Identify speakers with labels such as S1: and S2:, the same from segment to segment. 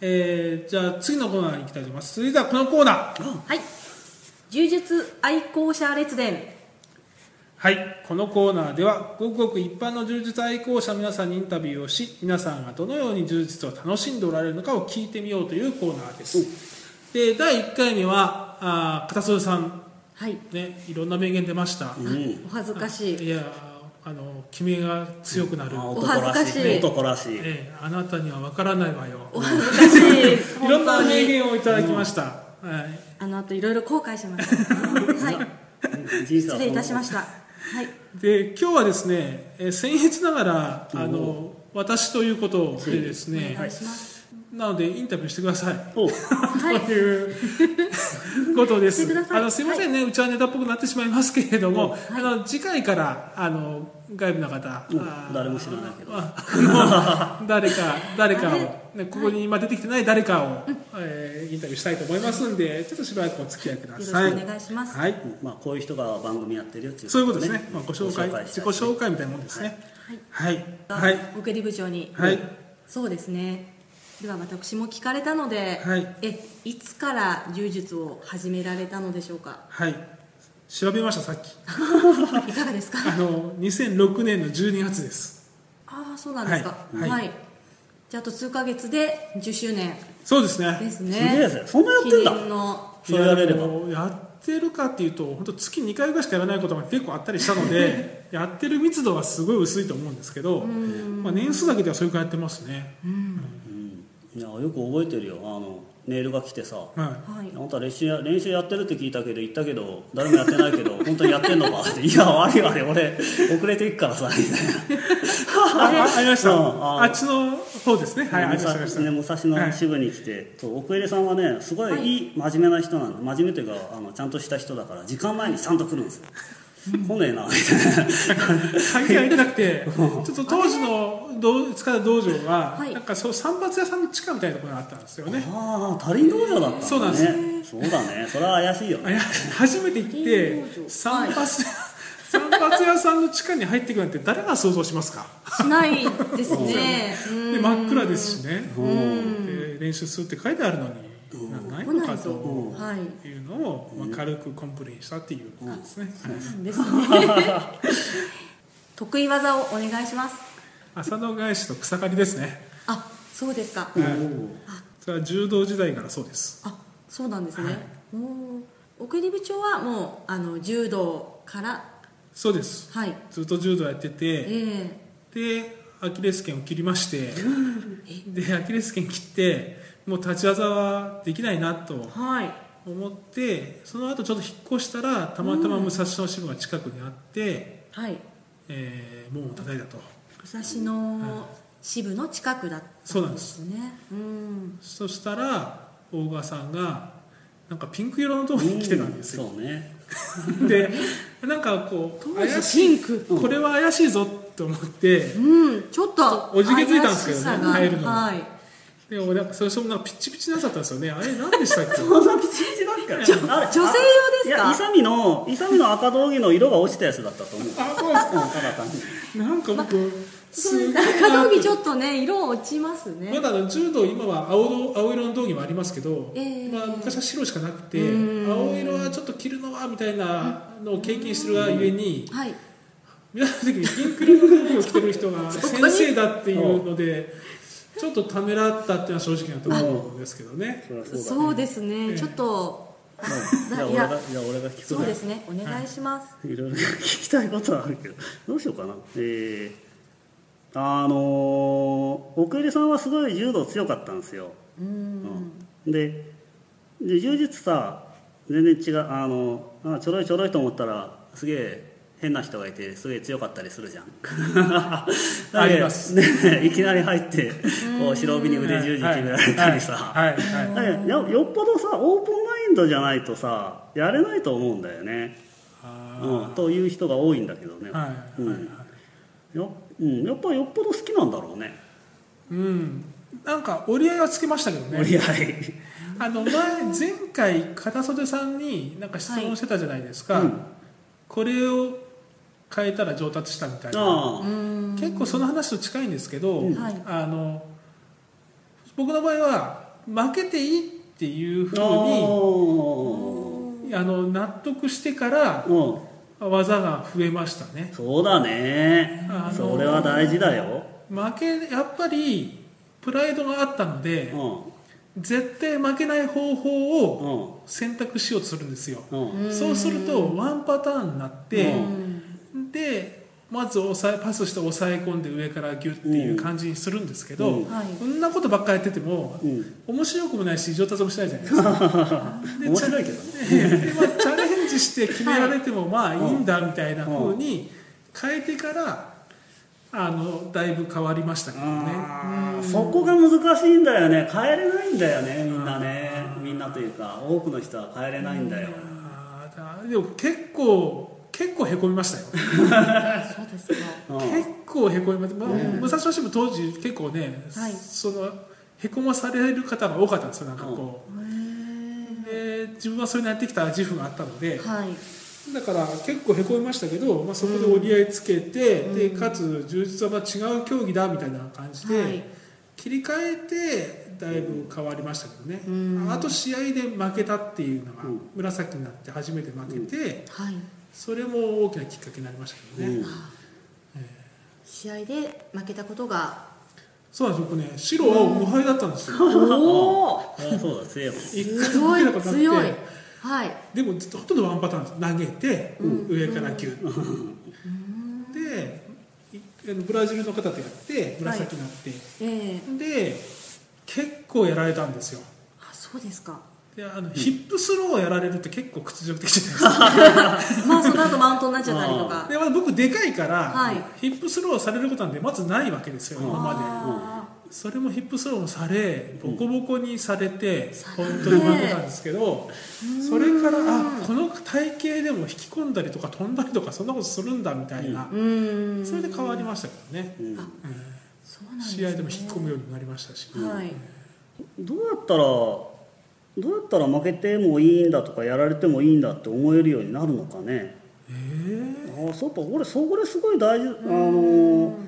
S1: えー、じゃあ次のコーナーに行きたいと思います続いてはこのコーナー、
S2: はい柔術愛好者列伝
S1: はい、このコーナーではごくごく一般の柔術愛好者の皆さんにインタビューをし皆さんがどのように柔術を楽しんでおられるのかを聞いてみようというコーナーですで第1回目はあー片袖さん、
S2: はい、
S1: ね、いろんな名言出ました
S3: うん
S2: お恥ずかしい
S1: いやあの君が強くなる、
S3: あ
S2: お
S3: 男
S2: 恥ず
S3: ら
S2: か
S3: し
S2: し
S3: い
S2: い
S3: ね男らしい
S1: ええあなたには分からないわよ
S2: お恥ずかしい
S1: いろんな
S2: 本当に
S1: 名言をいただきました、はい
S2: あのあといろいろ後悔しました、はい、
S3: 人生
S2: 失
S3: はそ
S2: 礼い
S3: んな
S2: たしましたはい
S1: で今日はですね、えー僭越ながらあの私ということでですね、
S2: お願いします
S1: なのでインタビューしてください。
S3: お
S2: はい
S1: と いうことです。
S2: してください
S1: あのすみませんね、うちはネタっぽくなってしまいますけれども、
S2: い
S1: あの次回からあの外部の方、あ
S3: うん
S1: ー
S3: 誰も知らないけど
S1: ああの 誰か誰かを、
S2: あ
S1: ね、ここに今出てきてない誰かを、えーインタビューしたいと思いますんで、ちょっとしばらくお付き合いください。
S2: よろしくお願いします
S1: はい。
S3: まあこういう人が番組やってるよっていう
S1: そういうことですね。まあ、ご
S3: ご
S1: 紹介
S3: 紹介し
S1: 自
S3: たい
S1: 己紹介みたいなもんですね。はい。は。
S2: はい奥入部長に、
S1: はい。
S2: そうですねでは私も聞かれたので、
S1: はい
S2: えいつから柔術を始められたのでしょうか
S1: はい。調べました、さっき。
S2: いかがですか
S1: あの、2006年の12月です。
S2: ああそうなんですか
S1: はいはい
S2: じゃああと数ヶ月で10周年
S1: そうです
S2: で
S1: ね。
S2: す
S3: すげえ
S2: ね
S3: ぜそんなやってん
S2: 記
S3: だ
S2: 念の
S3: そう言われれば
S1: いやでもやってるかっていうと、本当月2回ぐらいしかやらないことが結構あったりしたので、やってる密度はすごい薄いと思うんですけど、まあ、年数だけではそれくらいやってますね。
S3: うんいやよく覚えてるよあのメールが来てさ
S1: は。
S2: はい
S3: あんた練習や練習やってるって聞いたけど言ったけど誰もやってないけど本当にやってんのかっていや悪い悪い俺遅れていくからさみたいない
S1: あ、ありました。
S3: うんあ
S1: あっちの方ですね。はい、ありましたありました。
S3: ね武蔵野支部に来て、そう奥入さんはねすご
S2: はい
S3: いいい真面目な人なんで真面目というかあのちゃんとした人だから時間前にちゃんと来るんですよ来ねえなみたいな
S1: 鍵が開いてなくて、ちょっと当時の道塚田道場は、
S2: はい
S1: なんかそう散髪屋さんの地下みたいなところがあったんですよね。
S3: ああ他人道場だったんだね
S1: そうなんです
S3: そうだねそれは怪しいよ
S1: あ
S3: ね
S1: いや初めて行って
S2: 林道場
S1: 散髪,、 散髪屋さんの地下に入っていくなんて誰が想像しますか、
S2: しないですねうん
S1: で真っ暗ですしね、
S3: うん
S1: で練習するって書いてあるのに、なない
S2: 来
S1: の
S2: な
S1: か
S2: いと
S1: と
S2: はい
S1: いうのを、まあ、軽くコンプレインしたっていうことですね、
S2: ですね得意技をお願いします
S1: 浅野返しと草刈りですね、
S2: あそうですか、
S1: はい
S3: うん
S1: それは柔道時代からそうです
S2: あそうなんですね、
S1: はい
S2: おー奥入部長はもうあの柔道から
S1: そうです
S2: はい
S1: ずっと柔道やってて、
S2: えー、
S1: でアキレス腱を切りましてでアキレス腱切ってもう立ち技はできないなと
S2: はい
S1: 思ってその後ちょっと引っ越したらたまたま武蔵野支部が近くにあって、
S2: はい
S1: えー門を叩いたと
S2: 武蔵野支部の近くだった
S1: そうなん
S2: ん
S1: で
S2: ですすねうん
S1: そしたら大川さんがなんかピンク色のとこに来てたんですよ、
S3: そうね
S1: でなんかこう
S2: 当時
S1: 怪し
S2: ピン
S1: い
S2: ク
S1: これは怪しいぞって思って、
S2: うんちょっと
S1: おじけづいたんですけどね
S2: 怪しさが
S1: 入るの
S2: はい
S1: でもなんかそれそんなピッチピチになっちゃったんですよねあれ何でしたっ け
S3: そんなピチピチだっけあれ
S2: 女性用ですか
S3: いや勇美の勇美の赤道着の色が落ちたやつだったと思う
S1: あそうですか
S3: うんただ単に
S1: なんか僕すごいな
S2: 中
S1: と
S2: 道着ちょっとね色落ちますね、
S1: まだあの柔道今は青の青色の道着もありますけど、
S2: ええ
S1: まあ、昔は白しかなくて
S2: うん
S1: 青色はちょっと着るのはみたいなのを経験してるがゆえに
S2: はい
S1: 見た時にピンク色の道着を着てる人が
S2: そこ
S1: 先
S2: に
S1: 生だっていうのでちょっとためらったっていうのは正直なところですけどね
S3: そりゃ
S2: そう
S3: そう
S2: ですね、
S1: ええ
S2: ちょっと
S3: だねうん
S2: い
S3: じゃ
S2: や
S3: あ俺がじゃあ俺が聞く
S2: そう
S3: ね
S2: ですねお願いします、
S3: いろいろ聞きたいことはあるけど、どうしようかな。えー、あのー、奥入さんはすごい柔道強かったんですよ。
S2: う
S3: うんんで、で柔術さ、全然違う、あの、あちょろいちょろいと思ったら、すげえ変な人がいて、すげえ強かったりするじゃん。
S1: あり ます
S3: ね。いきなり入って、こう白帯に腕十字決められたりさ。
S1: はいはいはいはい
S3: だからよよっぽどさオープンマインドじゃないとさやれないと思うんだよね
S1: あ
S3: うん、という人が多いんだけどね、
S1: ーはいはいはい
S3: ようん、やっぱよっぽど好きなんだろうね
S1: うんなんか折り合いはつけましたけどね
S3: 折り合 い
S1: あの前前回片袖さんになんか質問してたじゃないですか、
S3: はいうん
S1: これを変えたら上達したみたいな
S3: あ
S2: うん
S1: 結構その話と近いんですけど、
S2: うんはい
S1: あの僕の場合は負けていいっていうふうに
S3: おー
S1: あの納得してから
S3: うん
S1: 技が増えましたね
S3: そうだね、
S1: あのー
S3: それは大事だよ、
S1: 負けやっぱりプライドがあったので
S3: う
S1: 絶対負けない方法を
S3: んうん
S1: 選択しようとするんですよ
S3: うん
S1: そうするとワンパターンになって
S3: う
S1: でまず抑えパスして抑え込んで上からギュッっていう感じにするんですけど、
S3: うん
S2: はい
S1: こんなことばっかりやってても
S3: うん
S1: 面白くもないし上達もしないじゃないですか
S3: 面白いけどね
S1: で、まあ、チャレンジして決められてもまあいいんだみたいな風に変えてからあのだいぶ変わりましたけどね
S3: あーそこが難しいんだよね変えれないんだよねみんなねみんなというか多くの人は変えれないんだよ
S1: あーだでも結構結構へこみましたよ
S2: そうですか
S3: うん
S1: 結構へこみます、まあ武蔵野市も当時結構ね、
S2: はい
S1: そのへこまされる方が多かったんですよなんかこう、で自分はそれになってきた自負があったので
S2: はい
S1: だから結構へこみましたけど、まあ、そこで折り合いつけて、でかつ充実はまあ違う競技だみたいな感じで、
S2: はい
S1: 切り替えてだいぶ変わりましたけどね、あと試合で負けたっていうのが
S3: うん
S1: 紫になって初めて負けて、
S2: はい
S1: それも大きなきっかけになりましたけどね、
S3: うん
S2: 試合で負けたことが
S1: そうなんですよ僕ね白青無敗だったんですよ、
S2: おお
S3: あーそうだ強いもん
S2: すごい
S1: 一回も負けたこと
S2: 強
S1: なく
S2: い
S1: て
S2: はい
S1: でもずっとほとんどワンパターンです投げて、上からギュッ、でいあのブラジルの方とやって紫になって、
S2: ええ
S1: で結構やられたんですよ
S2: あそうですか
S1: であの、ヒップスローやられるって結構屈辱的じゃないです か
S2: まあその後マウントになっちゃったりとか
S1: で、まあ、僕でかいから、
S2: はい
S1: ヒップスローされることなんてまずないわけですよ
S3: うん
S1: 今まで
S2: あ
S1: それもヒップスローもされボコボコにされて、
S2: うん
S1: 本当に負けたんですけど、それからあこの体型でも引き込んだりとか飛んだりとかそんなことするんだみたいな、
S2: ーうーん
S1: それで変わりましたけどね、
S3: うん
S2: そうなんです、ね、
S1: 試合でも引っ込むようになりましたし、
S2: はい
S3: どうやったらどうやったら負けてもいいんだとかやられてもいいんだって思えるようになるのかね
S1: えー
S3: ああそうか俺そこですごい大事あの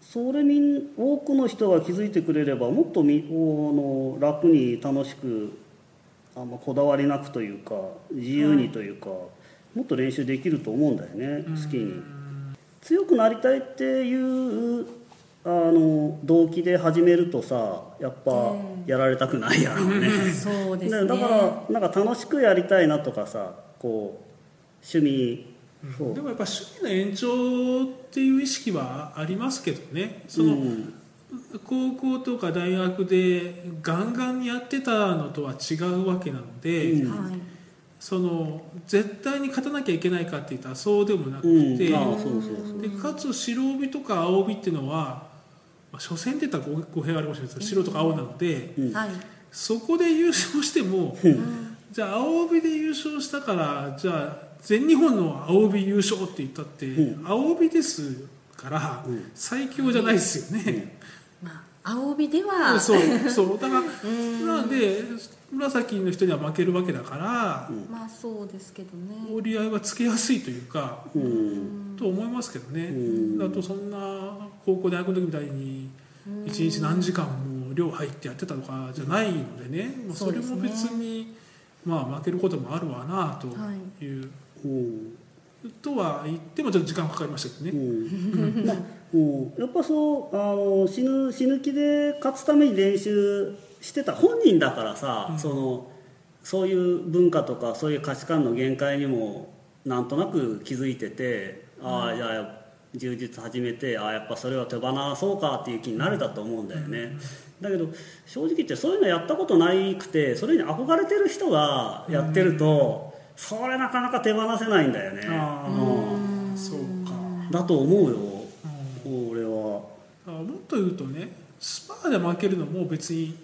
S3: それみん多くの人が気づいてくれればもっとみおあの楽に楽しくあんまこだわりなくというか自由にというか、もっと練習できると思うんだよね好きに。強くなりたいっていうあの動機で始めるとさやっぱやられたくないやろうね。
S2: そうですね
S3: ねだからなんか楽しくやりたいなとかさこう趣味そう
S1: でもやっぱ趣味の延長っていう意識はありますけどねそうの
S3: ん
S1: 高校とか大学でガンガンやってたのとは違うわけなので、
S3: うん
S2: はい
S1: その絶対に勝たなきゃいけないかって言ったらそうでもなく
S3: うん
S1: て、
S3: ああそうそうそう
S1: でかつ白帯とか青帯っていうのは、まあ、所詮って言ったら語語弊があるかもしれないですけど白とか青なので
S3: うん
S2: はい
S1: そこで優勝してもじゃあ青帯で優勝したからじゃあ全日本の青帯優勝って言ったって、
S3: う
S1: 青帯ですから
S3: うん
S1: 最強じゃないですよね、
S2: まあ青帯で は
S1: そうそうだからなんで紫の人には負けるわけだから、
S2: まあそうですけどね
S1: 折り合いはつけやすいというか、
S3: うん
S1: と思いますけどね、
S3: うん
S1: だとそんな高校大学の時みたいに一日何時間も寮入ってやってたとかじゃないのでね、まあ
S2: そ
S1: そうれ
S2: ですね
S1: も別に、まあ負けることもあるわなという、
S3: うん
S1: とは言ってもちょっと時間かかりましたけど
S3: う
S1: ね、
S3: んまあうんやっぱそうあの死ぬ死ぬ気で勝つために練習してた本人だからさ、
S1: うん
S3: そのそういう文化とかそういう価値観の限界にもなんとなく気づいててああいや充実始めてああやっぱそれは手放そうかっていう気になれたと思うんだよね、だけど正直言ってそういうのやったことないくてそれに憧れてる人がやってると、それなかなか手放せないんだよね、
S1: ああ、そうか、
S3: だと思うよ
S1: うん
S3: 俺は
S1: あもっと言うとねスパーで負けるのも別に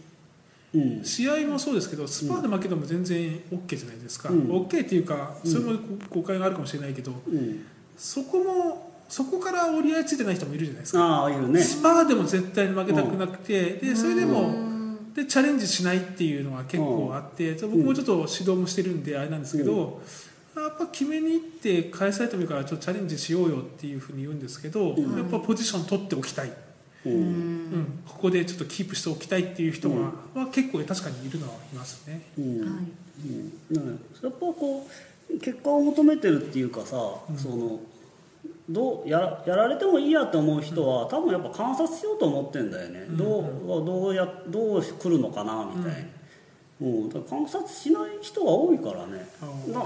S3: うん
S1: 試合もそうですけどスパーで負けても全然 OK じゃないですか、
S3: うん
S1: OK っていうかそれも誤解があるかもしれないけど、
S3: うん
S1: そこもそこから折り合いついてない人もいるじゃないですか、
S3: ああいるね
S1: スパーでも絶対に負けたくなくて、でそれでも、でチャレンジしないっていうのが結構あって、ちょ僕もちょっと指導もしてるんであれなんですけど、やっぱ決めに行って返されてもいいからちょっとチャレンジしようよっていうふうに言うんですけど、やっぱポジション取っておきたい、
S3: う
S2: うん
S1: うんん、ここでちょっとキープしておきたいっていう人が、は結構確かにいるのはいますね。
S3: うん
S2: はい
S3: うんねやっぱこう結果を求めてるっていうかさ、そのどうやらやられてもいいやって思う人は、多分やっぱ観察しようと思ってんだよね、
S1: うん
S3: どうどうやどう来るのかなみたいな、うんだから観察しない人が多いからね
S1: あー
S3: な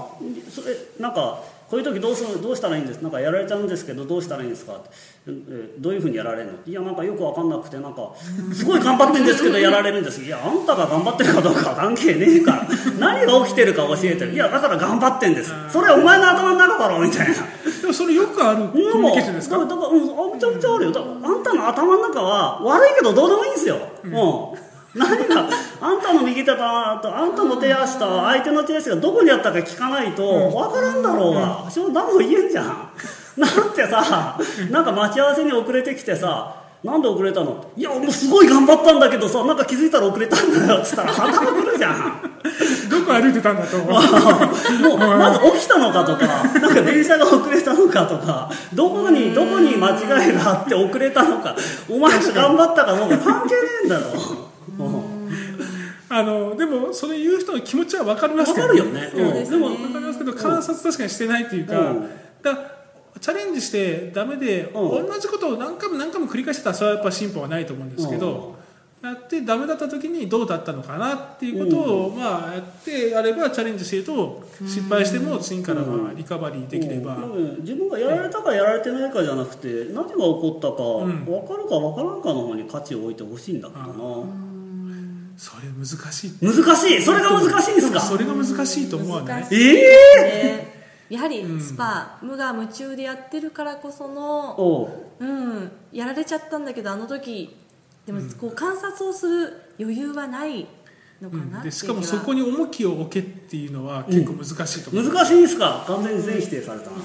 S3: それなんかこういう時どうするどうしたらいいんですなんかやられちゃうんですけどどうしたらいいんですかってええどういうふうにやられるのいやなんかよく分かんなくてなんかすごい頑張ってんですけどやられるんですいやあんたが頑張ってるかどうか関係ねえから何が起きてるか教えてるいやだから頑張ってんですそれはお前の頭の中だろみたいな
S1: でもそれよくあるコミュニケーションですか、
S3: うんだからうん、あめちゃめちゃあるよだからあんたの頭の中は悪いけどどうでもいいんですよ、うん何があんたの右手とあんたの手足と相手の手足がどこにあったか聞かないと分からんだろうが、そんなもん言えんじゃん なんてさなんか待ち合わせに遅れてきてさなんで遅れたのいやもうすごい頑張ったんだけどさなんか気づいたら遅れたんだよっつったら鼻がくるじゃん
S1: どこ歩いてたんだと思う
S3: もうまず起きたのかとか、なんか電車が遅れたのかとか、どこにどこに間違いがあって遅れたのか、お前が頑張ったかどうか関係ねえんだろ。うん
S1: あのでもそれ言う人の気持ちは分かりますけど
S3: わかるよね
S1: うん
S3: そう
S2: です
S1: でも
S2: ね
S1: 分かりますけど観察確かにしてないというか,、
S3: うん
S1: だチャレンジしてダメで、
S3: うん
S1: 同じことを何回も何回も繰り返してたらそれはやっぱ進歩はないと思うんですけど、やってダメだった時にどうだったのかなっていうことを、まあ、やってやればチャレンジしてると失敗しても次からはリカバリーできれば、
S3: うんなんか自分がやられたかやられてないかじゃなくて、何が起こった
S1: うん
S3: か分かるか分からんかの方に価値を置いてほしいんだけどな。
S1: それ難しい
S3: 難しい。それが難しいんすか。
S1: それが難しいと思わない
S2: 難しい
S3: ええ
S2: ねやはりスパ、無我夢中でやってるからこその
S3: おう
S2: うん、やられちゃったんだけどあの時でもこう観察をする余裕はないのか
S1: う
S2: な、
S1: んでしかもそこに重きを置けっていうのは結構難しいと思う、
S3: 難しいんすか。完全に全否定されたな。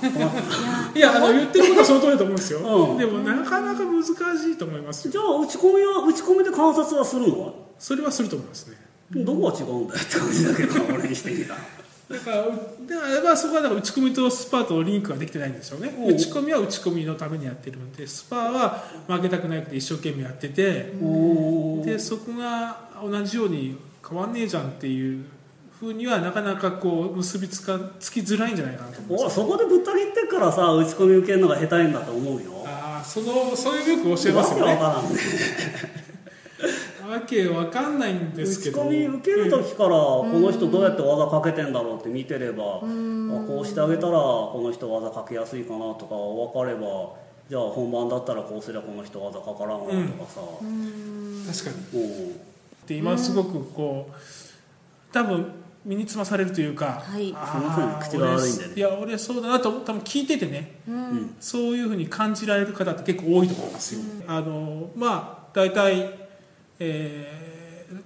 S1: いやあの言ってることはその通りだと思うんですよ、
S3: うん
S1: でもなかなか難しいと思いますよ
S3: じゃあ打ち込みは打ち込みで観察はするの？
S1: それはすると思いますね
S3: どこが違うんだよって感じだけど俺にしてみたら
S1: だからうだからやっぱそこはだから打ち込みとスパーとのリンクができてないんでしょうね
S3: おう
S1: 打ち込みは打ち込みのためにやってるのでスパは負けたくないくて一生懸命やってて
S3: おー
S1: でそこが同じように変わんねえじゃんっていうふうにはなかなかこう結びつかつきづらいんじゃないかなと思います
S3: おいそこでぶった切ってっからさ打ち込み受けるのが下手いんだと思うよ
S1: ああそのそういうよく教えますよ
S3: わけ
S1: ね
S3: わからんね
S1: わけわかんないん
S3: 打
S1: で
S3: ち
S1: すけど
S3: 込み受ける時からこの人どうやって技かけてんだろうって見てればあこうしてあげたらこの人技かけやすいかなとか分かればじゃあ本番だったらこうすればこの人技かからんわとかさ、
S1: 確かに
S3: おう
S1: で今すごくこう多分身につまされるというか、
S2: はい
S1: あー
S3: すいません口が悪いんでね
S1: 俺いや俺そうだなと多分聞いててね
S2: うん
S1: そういうふうに感じられる方って結構多いと思いますよ、あのまあ大体、えー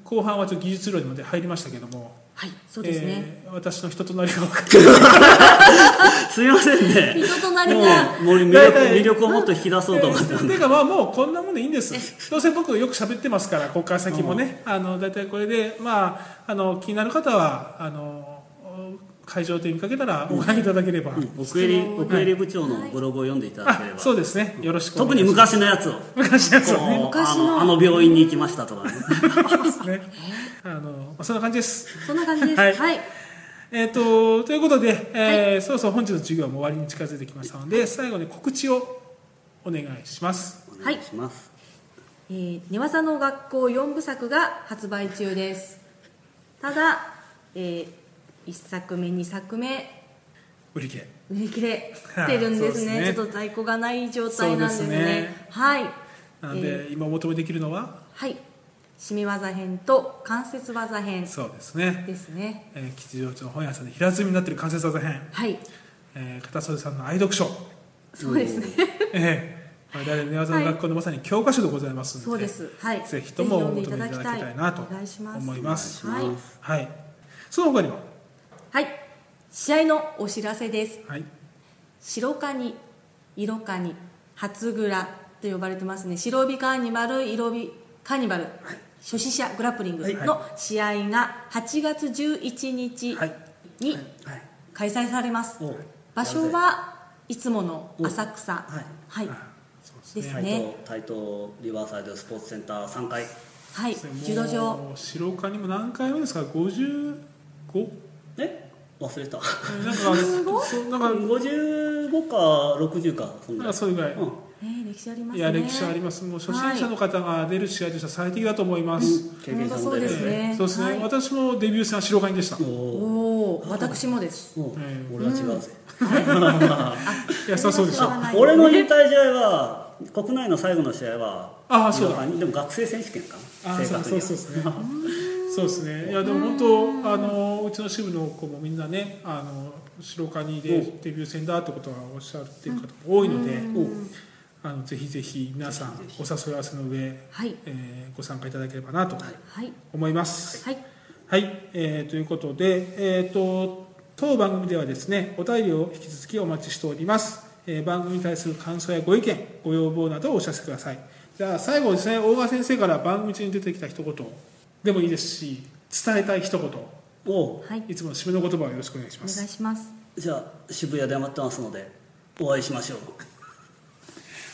S1: 後半はちょっと技術論にまで入りましたけども
S2: はいそうですね、
S1: えー私の人となりが分かる
S3: すいませんね
S2: 人となり
S3: もう
S2: が
S3: もう魅
S1: 大
S3: 力
S1: 体
S3: 魅力をもっと引き出そうと思って
S1: てかまあもうこんなもんでいいんですどうせ僕よく喋ってますからここから先もね、あの大体これでまああの気になる方はあの会場で見かけたらお金いただければ、
S3: 奥襟奥襟部長のブログを読んでいただけれ
S1: あ
S3: ば、
S1: そうですねよろしくお
S3: 特
S1: 願い
S3: に
S1: しま
S3: 昔のやつを
S1: す昔のやつはね
S3: こうあ
S2: 昔の
S3: のあの病院に行きましたとかね
S1: そうですねあのまあそんな感じです
S2: そんな感じです
S1: は
S2: はいい、
S1: えっ、とということで、えーそろそろ本日の授業も終わりに近づいてきましたので最後に告知をお願いします
S3: お願いします、
S2: えー寝技の学校4部作が発売中ですただ、え1作目2作目
S1: 売り切れ
S2: 売り切れてるんです ね
S1: はいそうですね
S2: ちょっと在庫がない状態なんです
S1: そ
S2: ね
S1: うですね
S2: はい
S1: なので、
S2: えー
S1: 今お求めできるのは
S2: はい締め技編と関節技編
S1: そうですね
S2: ですね
S1: えー吉祥寺の本屋さんで平積みになってる関節技編、
S2: はい
S1: えー片袖さんの愛読 書、
S2: そうですね
S1: えー、我々寝技の学校のまさに教科書でございますので、
S2: そうですはい
S1: ぜひともお求めいただき
S2: ぜひ
S1: た
S2: 読んで
S1: いなと
S2: お願いします
S1: 思います
S2: はい、
S1: はい、その他にも、
S2: はい、試合のお知らせです
S1: はい、
S2: 白カニ色カニ初グラと呼ばれてますね白帯カーニバル色帯カーニバル、初心者グラップリングの試合が8月11日
S1: はい
S2: に
S3: はい
S2: 開催されます、
S3: おう
S2: 場所はいつもの浅草
S3: はい
S2: はい、
S1: あ
S2: ですね
S3: 台東台東リバーサイドスポーツセンター3階
S2: はい
S1: それも
S2: 柔道場
S1: 白カにも何回目ですか 55?
S3: え忘れた
S1: なんかそうなんか
S3: 55か60かそん
S1: なんか
S3: な
S1: それぐらい、
S3: うん
S2: ね歴史ありますね
S1: いや歴史ありますもう初心者の方が出る試合としては最適だと思います、
S3: 経験者
S2: 本当
S3: の
S2: そう
S3: 出
S2: で
S3: る
S2: すね
S1: ええそうですね、
S2: はい
S1: 私もデビュー戦は白カニ でした、
S3: お
S1: い
S2: お
S3: ー
S2: お私もです
S3: お
S1: う
S3: ー
S1: ん
S3: 俺は違うぜ、
S1: やそうそうでし
S2: 知ら
S1: た
S2: な
S3: あ
S2: い
S3: 俺の引退試合は国内の最後の試合は
S1: ああそうだ
S3: だでも学生選手権か
S1: あー
S3: な正
S1: そう
S3: 確
S1: そ
S3: に
S1: う
S3: は
S1: そうですねそうですねいやでも本当あのうちの支部の子もみんなねあの白カニで
S3: う
S1: デビュー戦だってことはおっしゃってる方も多いので、
S3: お
S1: あのぜひぜひ皆さんお誘い合わせの上、
S2: はい
S1: えーご参加いただければなと
S2: はい
S1: 思います、
S2: はい
S1: はい、えーということで、えー、と当番組ではですねお便りを引き続きお待ちしております、えー番組に対する感想やご意見ご要望などをお知らせくださいじゃあ最後ですね大川先生から番組中に出てきた一言でもいいですし伝えたい一言
S3: おう
S2: はい
S1: いつもの締めの言葉をよろしくお願いし
S2: お
S1: ま
S2: 願い
S1: す
S2: します
S3: じゃあ渋谷で待ってますのでお会いしましょう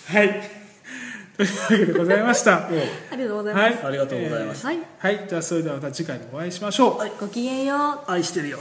S1: はいというわけでございました
S2: ありがとうござ
S1: は
S2: いま
S1: い
S3: ありがとうございまし
S2: す
S3: た
S2: はい
S1: はい、じゃあそれではまた次回もお会いしましょう
S2: ごきげんよう
S3: 愛してるよ